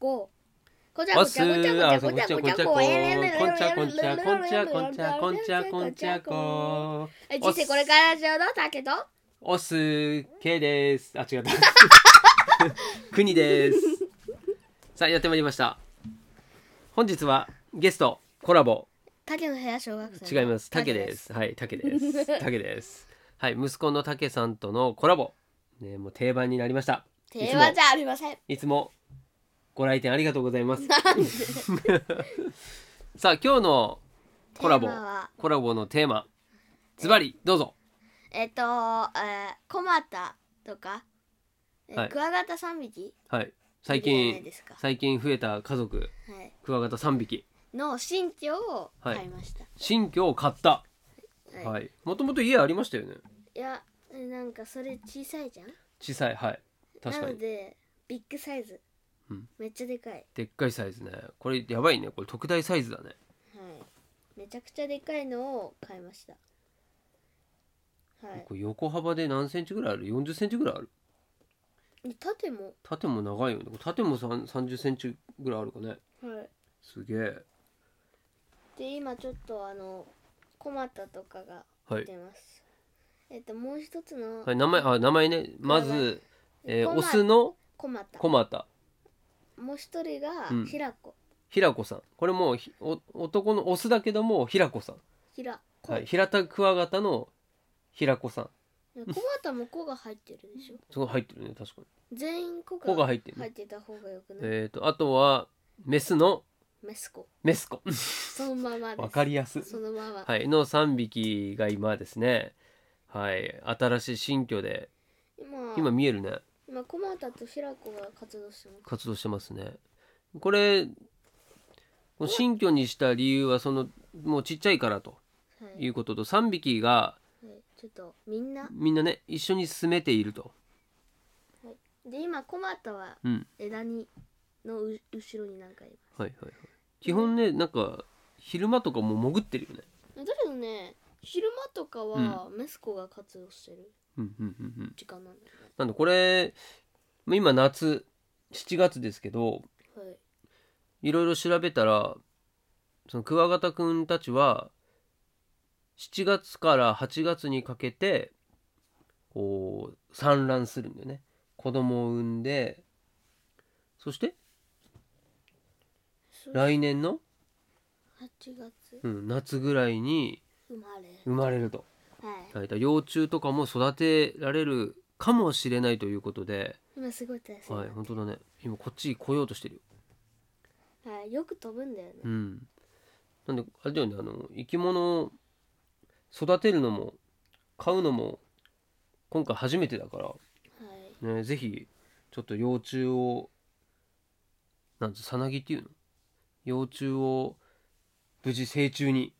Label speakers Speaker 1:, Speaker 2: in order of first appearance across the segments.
Speaker 1: 五。こちゃ
Speaker 2: お
Speaker 1: こ
Speaker 2: っす
Speaker 1: ちゃこちゃ
Speaker 2: ーあそ
Speaker 1: こ
Speaker 2: うこ
Speaker 1: ち
Speaker 2: ん
Speaker 1: ゃ
Speaker 2: ちゃ
Speaker 1: こ
Speaker 2: こ
Speaker 1: ち
Speaker 2: ん
Speaker 1: ゃ
Speaker 2: ちゃ
Speaker 1: こ。
Speaker 2: ここんちゃこんちゃこんちゃこんちゃこんちゃこんちゃこ
Speaker 1: 人生これからラジオの竹と
Speaker 2: おっすーけいですあ 違った国です さあやってまいりました本日はゲストコラボ
Speaker 1: 竹の部屋小学生の
Speaker 2: 違います竹で。すはい竹です竹ですはい息子の竹さんとのコラボねもう定番になりました
Speaker 1: 手話じゃありません。
Speaker 2: いつもご来店ありがとうございます さあ今日のコラボ
Speaker 1: テーマは
Speaker 2: コラボのテーマズバリどうぞ
Speaker 1: えっと、えー、コマタとか、え
Speaker 2: はい
Speaker 1: クワガタ三匹
Speaker 2: はい最
Speaker 1: いいじゃない
Speaker 2: 近
Speaker 1: ですか
Speaker 2: 最近増えた家族
Speaker 1: はい
Speaker 2: クワガタ3匹
Speaker 1: の新居を買いました。
Speaker 2: 新居を買った
Speaker 1: はい
Speaker 2: はいもともと家ありましたよね
Speaker 1: いや、なんかそれ小さいじゃん。
Speaker 2: 小さいはい確か
Speaker 1: な
Speaker 2: に
Speaker 1: のでビッグサイズ、
Speaker 2: うん
Speaker 1: めっちゃでかい、はい、
Speaker 2: でっかいサイズねこれやばいねこれ特大サイズだね
Speaker 1: めちゃくちゃでかいのを買いましたはい
Speaker 2: これ横幅で何センチぐらいある40センチぐらいある
Speaker 1: 縦も
Speaker 2: 縦も長いよねこれ縦も3 30センチぐらいあるかね
Speaker 1: はい
Speaker 2: すげえ
Speaker 1: で今ちょっとあのコマタとかが
Speaker 2: はい
Speaker 1: 出ます、えっともう一つの、
Speaker 2: はい、名前あ名前ねまず、えー
Speaker 1: コマ
Speaker 2: オスの
Speaker 1: コマタ
Speaker 2: 小俣
Speaker 1: もう一人が
Speaker 2: うん
Speaker 1: ヒラコ、
Speaker 2: 平子さんこれもうひお男のオスだけども平子さん、
Speaker 1: ヒラコ、
Speaker 2: はい、平田クワガタの平子さん
Speaker 1: コマタもコが入ってるでしょ
Speaker 2: そこ入ってるね確かに
Speaker 1: 全員コ
Speaker 2: 子が
Speaker 1: が
Speaker 2: 入ってる、
Speaker 1: 入っ
Speaker 2: ね
Speaker 1: てた方がよくない、
Speaker 2: えー、とあとはメスの
Speaker 1: メスコ
Speaker 2: メス子
Speaker 1: そのままです
Speaker 2: わかりやす
Speaker 1: そのまま、
Speaker 2: はいの3匹が今ですねはい新しい新居で
Speaker 1: 今
Speaker 2: 今見えるね
Speaker 1: 今コマタと平子が活動してます
Speaker 2: 活動してますねこれこの新居にした理由はそのもうちっちゃいからと
Speaker 1: はい
Speaker 2: いうことと3匹が
Speaker 1: はい、ちょっとみんな
Speaker 2: みんなね一緒に住めていると、
Speaker 1: で今コマタは
Speaker 2: うん、
Speaker 1: 枝にのう後ろになんかいま
Speaker 2: はいはいはい基本ねなんか昼間とかもう潜ってるよね
Speaker 1: すだけどね昼間とかはメスコが活動してる
Speaker 2: うんうんうんうん
Speaker 1: 時間なんだよ
Speaker 2: なんでこれまあ今夏7月ですけど
Speaker 1: ねはい
Speaker 2: いろいろ調べたらそのクワガタくんたちは7月から8月にかけてこう産卵するんだよね子供を産んでそして
Speaker 1: そ8
Speaker 2: 来年の、
Speaker 1: 月
Speaker 2: うん、夏ぐらいに
Speaker 1: 生まれ
Speaker 2: 生まれると
Speaker 1: はい
Speaker 2: だいたい幼虫とかも育てられるかもしれないということで、
Speaker 1: 今すごい大切
Speaker 2: はい、
Speaker 1: は
Speaker 2: 本当だね今こっち来ようとしてるよ
Speaker 1: いよく飛ぶんだよね
Speaker 2: うんなんであれだよねあの生き物を育てるのも飼うのも今回初めてだか
Speaker 1: はい
Speaker 2: ら、ね、ぜひちょっと幼虫をなんつさなぎっていうの幼虫を無事成虫に、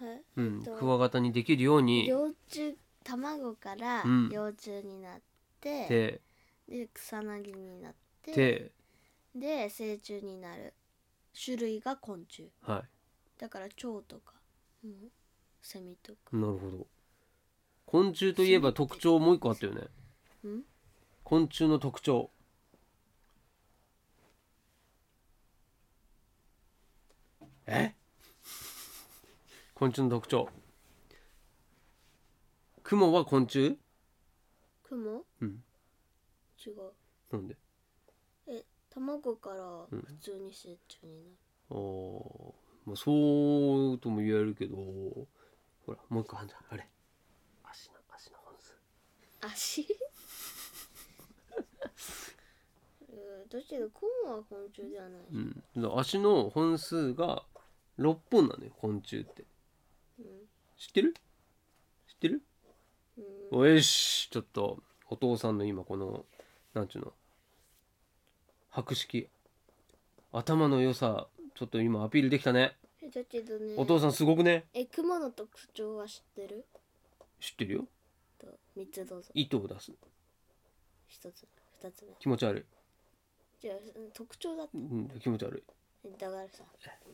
Speaker 1: はい
Speaker 2: うん、
Speaker 1: えっと
Speaker 2: クワガタにできるように
Speaker 1: 幼虫卵から
Speaker 2: うん
Speaker 1: 幼虫になって、
Speaker 2: て
Speaker 1: で草薙になって
Speaker 2: て、
Speaker 1: で成虫になる種類が昆虫
Speaker 2: は
Speaker 1: だから蝶とか、うん、セミとか、
Speaker 2: い、なるほど昆虫といえば特徴もう一個あったよね
Speaker 1: うん、
Speaker 2: 昆虫の特徴え昆虫の特徴クモは昆虫
Speaker 1: 雲、
Speaker 2: うん
Speaker 1: 違う
Speaker 2: なんで
Speaker 1: え卵から普通に成虫になる、
Speaker 2: あーまあそうとも言えるけどほらもう一個あんじゃんあれ足の足の本数
Speaker 1: 足 うんだけど雲は昆虫ではない、
Speaker 2: うんだから足の本数が6本なのよ昆虫って
Speaker 1: う
Speaker 2: 知ってる知ってる
Speaker 1: んうん
Speaker 2: おいしちょっとお父さんの今このなんちゅうの博識頭の良さちょっと今アピールできたね
Speaker 1: え、だけどね
Speaker 2: お父さんすごくね
Speaker 1: え雲の特徴は知ってる
Speaker 2: 知ってるよ
Speaker 1: と3つどうぞ
Speaker 2: 糸を出す
Speaker 1: 1つ2つ目
Speaker 2: 気持ち悪
Speaker 1: じゃあうん特徴だっ
Speaker 2: い、うん、気持ち悪
Speaker 1: てだからさ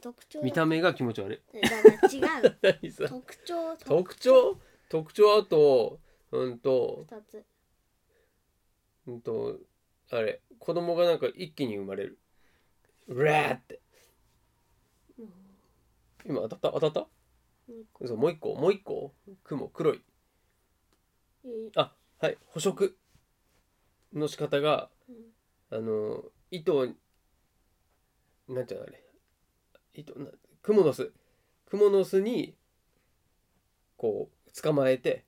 Speaker 1: 特徴
Speaker 2: い
Speaker 1: だ
Speaker 2: 見た目が気持ち悪
Speaker 1: えだから 違う
Speaker 2: い何さ
Speaker 1: 特徴
Speaker 2: 特徴特徴あとうんと
Speaker 1: 2つ
Speaker 2: うんとあれ子供がなんか一気に生まれるうわーって今当たった当たった
Speaker 1: もう一
Speaker 2: 嘘もう一個もう一個雲黒い
Speaker 1: え
Speaker 2: あはい捕食の仕方が
Speaker 1: うん
Speaker 2: あの糸をなんていうのあれ糸なクモの巣クモの巣にこう捕まえて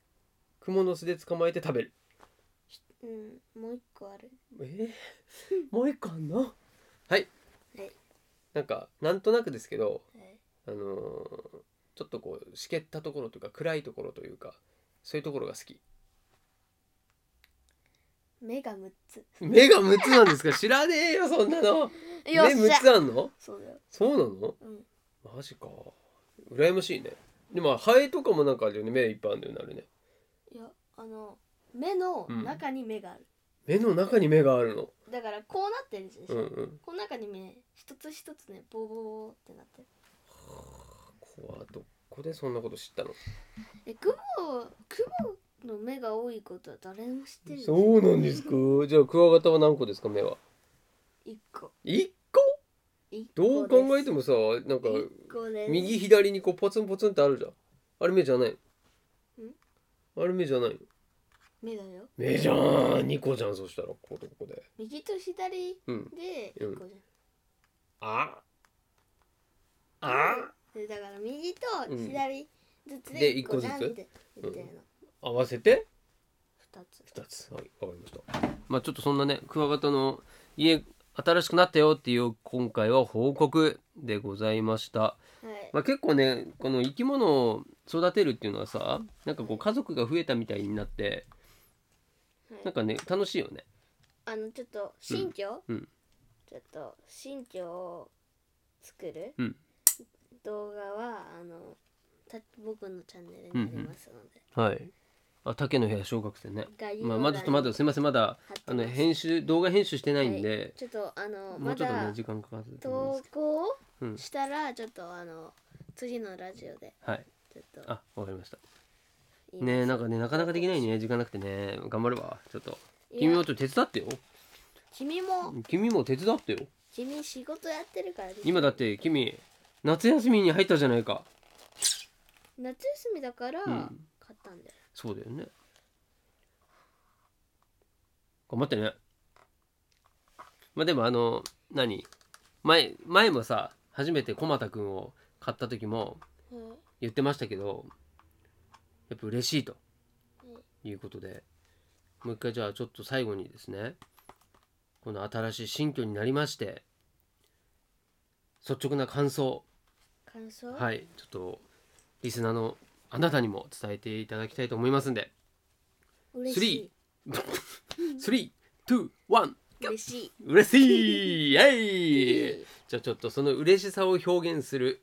Speaker 2: クモの巣で捕まえて食べる
Speaker 1: うん、もう一個ある。
Speaker 2: えー、 もう一個あんのはい
Speaker 1: はい
Speaker 2: なんかなんとなくですけど
Speaker 1: はい
Speaker 2: あのーちょっとこうしけったところというか暗いところというかそういうところが好き
Speaker 1: 目が六つ。
Speaker 2: 目が6つなんですか知らねえよそんなの目
Speaker 1: よっし
Speaker 2: 6
Speaker 1: ゃ。
Speaker 2: つあんの
Speaker 1: そうだよ。
Speaker 2: そうなの
Speaker 1: うん。
Speaker 2: マジか羨ましいねでもハエとかもなんかあるよね目いっぱいあるんだよねあれね
Speaker 1: いや、あの、目の中に目がある。
Speaker 2: 目の中に目があるの
Speaker 1: だから、こうなってるんですよ。
Speaker 2: うんうん
Speaker 1: この中にね、一つ一つね、ボーボーボーってなってる。
Speaker 2: こわどこでそんなこと知ったの
Speaker 1: え、雲、雲の目が多いことは誰も知ってる。
Speaker 2: そうなんですかじゃあクワガタは何個ですか目は
Speaker 1: 一個。
Speaker 2: 1個
Speaker 1: 一個
Speaker 2: どう
Speaker 1: です
Speaker 2: 考えてもさなんか
Speaker 1: 一個です。
Speaker 2: 右左にこうポツンポツンってあるじゃんあれ目じゃないのあれ目じゃないの
Speaker 1: 目だよ。
Speaker 2: 目じゃん2個じゃんそしたらこことここで
Speaker 1: 右と左
Speaker 2: うん
Speaker 1: で一個じゃん。
Speaker 2: ああ
Speaker 1: でだから右と
Speaker 2: うん
Speaker 1: 左ずつ
Speaker 2: で
Speaker 1: で一個じゃん
Speaker 2: 一
Speaker 1: っ
Speaker 2: 個
Speaker 1: て言ってるの。
Speaker 2: 合わせて
Speaker 1: 二つ。
Speaker 2: 2つはいわかりましたまあちょっとそんなねクワガタの家新しくなったよっていう今回は報告でございました、
Speaker 1: はい。
Speaker 2: まあ、結構ねこの生き物を育てるっていうのはさなんかこう家族が増えたみたいになって
Speaker 1: はい
Speaker 2: なんかね楽しいよね
Speaker 1: あのちょっと新居、
Speaker 2: うん
Speaker 1: ちょっと新居を作る、
Speaker 2: うん
Speaker 1: 動画はあのた僕のチャンネルになりますので、
Speaker 2: はいあ竹の部屋小学生ね
Speaker 1: 概要欄
Speaker 2: まあ、まだちょっとまだすいませんまだ
Speaker 1: 貼ってます
Speaker 2: あの編集動画編集してないんで、
Speaker 1: ちょっとあの
Speaker 2: も
Speaker 1: ま
Speaker 2: うちょっと
Speaker 1: だ
Speaker 2: ね時間かかると思います
Speaker 1: 投稿
Speaker 2: うん
Speaker 1: したらちょっとあの次のラジオで
Speaker 2: はい
Speaker 1: ちょっと
Speaker 2: あわかりました
Speaker 1: 言います
Speaker 2: ねなんかねなかなかできないね時間なくてね頑張るわちょっと
Speaker 1: いや
Speaker 2: 君もちょっと手伝ってよ
Speaker 1: 君も
Speaker 2: 君も手伝ってよ
Speaker 1: 君仕事やってるからできる
Speaker 2: 今だって君夏休みに入ったじゃないか
Speaker 1: 夏休みだから
Speaker 2: ん
Speaker 1: 買ったんだよ、
Speaker 2: そうだよね頑張ってねまあでもあの何前前もさ初めて駒田君を買った時も
Speaker 1: はい
Speaker 2: 言ってましたけどやっぱ嬉しいと
Speaker 1: はい
Speaker 2: いうことでもう一回じゃあちょっと最後にですねこの新しい新居になりまして率直な感想
Speaker 1: 感想、
Speaker 2: はい、ちょっとリスナーのあなたにも伝えていただきたいと思いますんで、
Speaker 1: 嬉しい
Speaker 2: 3、2、1、
Speaker 1: 嬉しい
Speaker 2: 嬉しい、イエイ。じゃあちょっとその嬉しさを表現する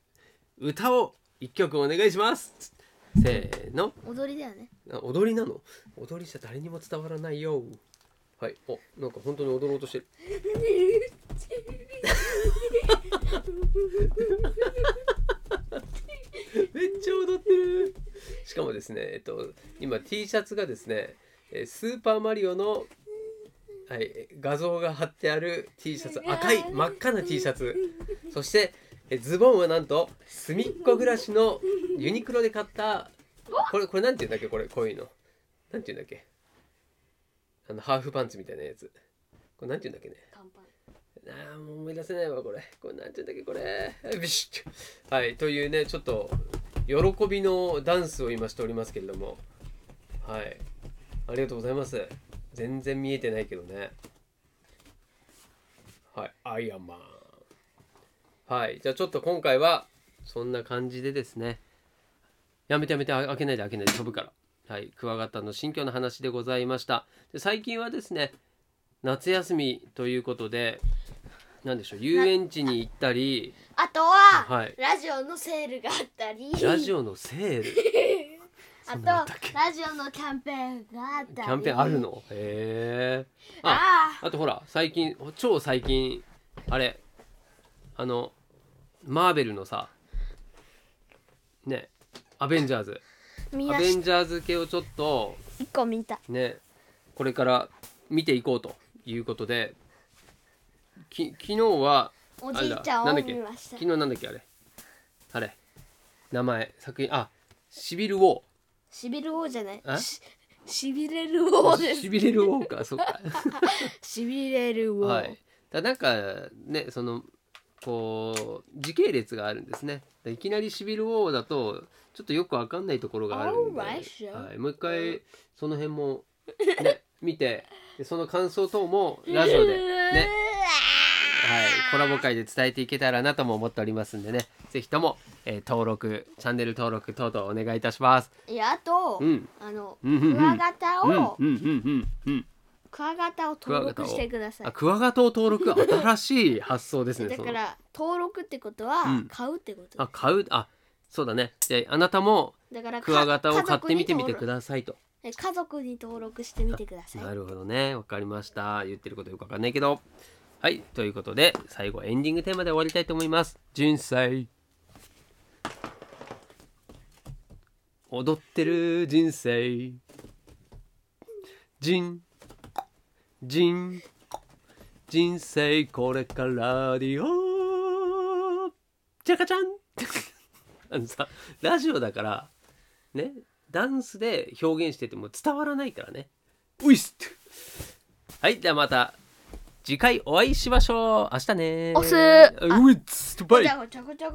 Speaker 2: 歌を一曲お願いします。せーの、
Speaker 1: 踊りだ よね
Speaker 2: あ踊りなの？踊りじゃ誰にも伝わらないよ。はい、お、なんか本当に踊ろうとしてる。めっちゃ踊ってるしかもですねえっと今 T シャツがですねえースーパーマリオのはい画像が貼ってある T シャツ赤い真っ赤な T シャツそしてえーズボンはなんとすみっこ暮らしのユニクロで買ったこれこれなんて言うんだっけこれこういうのなんて言うんだっけあのハーフパンツみたいなやつこれなんて言うんだっけね
Speaker 1: 乾杯
Speaker 2: ああもう思い出せないわこれこれなんていうんだっけこれビシッはいというねちょっと喜びのダンスを今しておりますけれどもはいありがとうございます全然見えてないけどねはいアイアンマンはいじゃあちょっと今回はそんな感じでですねやめてやめてあ開けないで開けないで飛ぶからはいクワガタの新居の話でございましたで最近はですね夏休みということでなんでしょう遊園地に行ったり
Speaker 1: あとは、
Speaker 2: はい
Speaker 1: ラジオのセールがあったり
Speaker 2: ラジオのセール
Speaker 1: あ
Speaker 2: そん
Speaker 1: と
Speaker 2: なのあったっけ
Speaker 1: ラジオのキャンペーンがあったり
Speaker 2: キャンペーンあるのへえあ
Speaker 1: あ
Speaker 2: あとほら最近超最近あれあのマーベルのさねアベンジャーズ
Speaker 1: あみん
Speaker 2: ア
Speaker 1: な
Speaker 2: ベ
Speaker 1: 一
Speaker 2: ンジャーズ系をちょっと
Speaker 1: 個見た
Speaker 2: ねこれから見ていこうということでき昨日は
Speaker 1: お
Speaker 2: あれ
Speaker 1: じい
Speaker 2: だ
Speaker 1: ちゃん
Speaker 2: なん
Speaker 1: を
Speaker 2: だっけ
Speaker 1: 見ました
Speaker 2: 昨日なんだっけあれあれ名前作品あシビルウォ
Speaker 1: しびる王じゃない
Speaker 2: え
Speaker 1: ししびれる王で
Speaker 2: ー
Speaker 1: す
Speaker 2: シビれるウォーかそ うか
Speaker 1: しびれる王、
Speaker 2: はい、だなんかねそのこう時系列があるんですねでいきなりシビルウォーだとちょっとよくわかんないところがあるんで、
Speaker 1: Alright, sure.
Speaker 2: はい、もう一回その辺も、ね、 見てでその感想等もラジオでね、はい、コラボ会で伝えていけたらなとも思っておりますんでね是非とも、えー登録チャンネル登録等々お願いいたします。
Speaker 1: いやあと、
Speaker 2: うん
Speaker 1: あの、
Speaker 2: うんうんうん
Speaker 1: クワガタを、
Speaker 2: うんうんうんうん
Speaker 1: クワガタを登
Speaker 2: クワガタを
Speaker 1: 録してくださ
Speaker 2: あ
Speaker 1: い
Speaker 2: クワガタを登録新しい発想ですね。
Speaker 1: だ
Speaker 2: そ
Speaker 1: か
Speaker 2: の
Speaker 1: ら登録ってことは、
Speaker 2: うん
Speaker 1: 買うってこと
Speaker 2: あ買うあそうだねであなたも
Speaker 1: だからか
Speaker 2: クワガタを買ってみてみてく
Speaker 1: だ
Speaker 2: ださいと
Speaker 1: さい家族に登録してみてください
Speaker 2: なるほどねわかりました言ってることよくわかんないけどはいということで最後エンディングテーマで終わりたいと思います人生踊ってる人生人人人生これからでよちゃかちゃん あのさラジオだからねダンスで表現してても伝わらないからねういっすはいじゃあまた次回お会いしましょう明日ね
Speaker 1: おっすー
Speaker 2: ういっすバイ
Speaker 1: じゃあごちゃごちゃごちゃ